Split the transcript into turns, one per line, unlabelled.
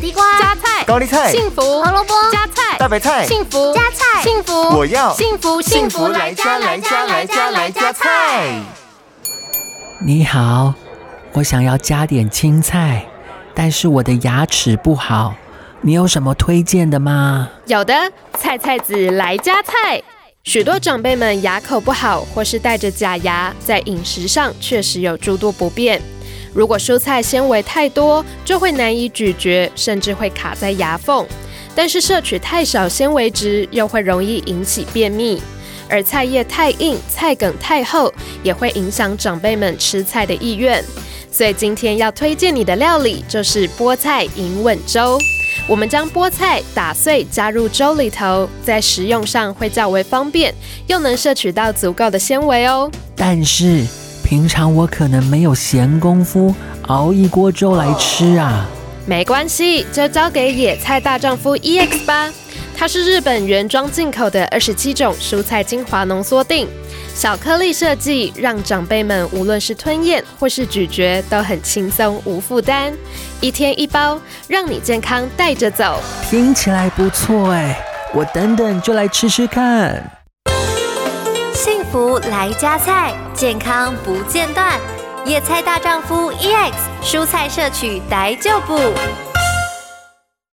地瓜、
加菜、
高丽菜、
幸福、
胡萝卜、
加菜、
大白菜、
幸福、
加菜
幸福，
我要
幸福
幸福来家来家来家来家菜。
你好，我想要加点青菜，但是我的牙齿不好，你有什么推荐的吗？
有的菜菜子来加菜。许多长辈们牙口不好，或是带着假牙，在饮食上确实有诸多不便。如果蔬菜纤维太多，就会难以咀嚼，甚至会卡在牙缝；但是摄取太少纤维质，又会容易引起便秘。而菜叶太硬、菜梗太厚，也会影响长辈们吃菜的意愿。所以今天要推荐你的料理就是菠菜银稳粥。我们将菠菜打碎加入粥里头，在食用上会较为方便，又能摄取到足够的纤维哦。
但是平常我可能没有闲工夫熬一锅粥来吃啊。
没关系，就交给野菜大丈夫 EX 吧。它是日本原装进口的二十七种蔬菜精华浓缩定，小颗粒设计让长辈们无论是吞咽或是咀嚼都很轻松无负担。一天一包，让你健康带着走。
听起来不错哎，我等等就来吃吃看。
幸福来加菜，健康 E 不间断。野菜大丈夫 EX，蔬菜摄取逮就补。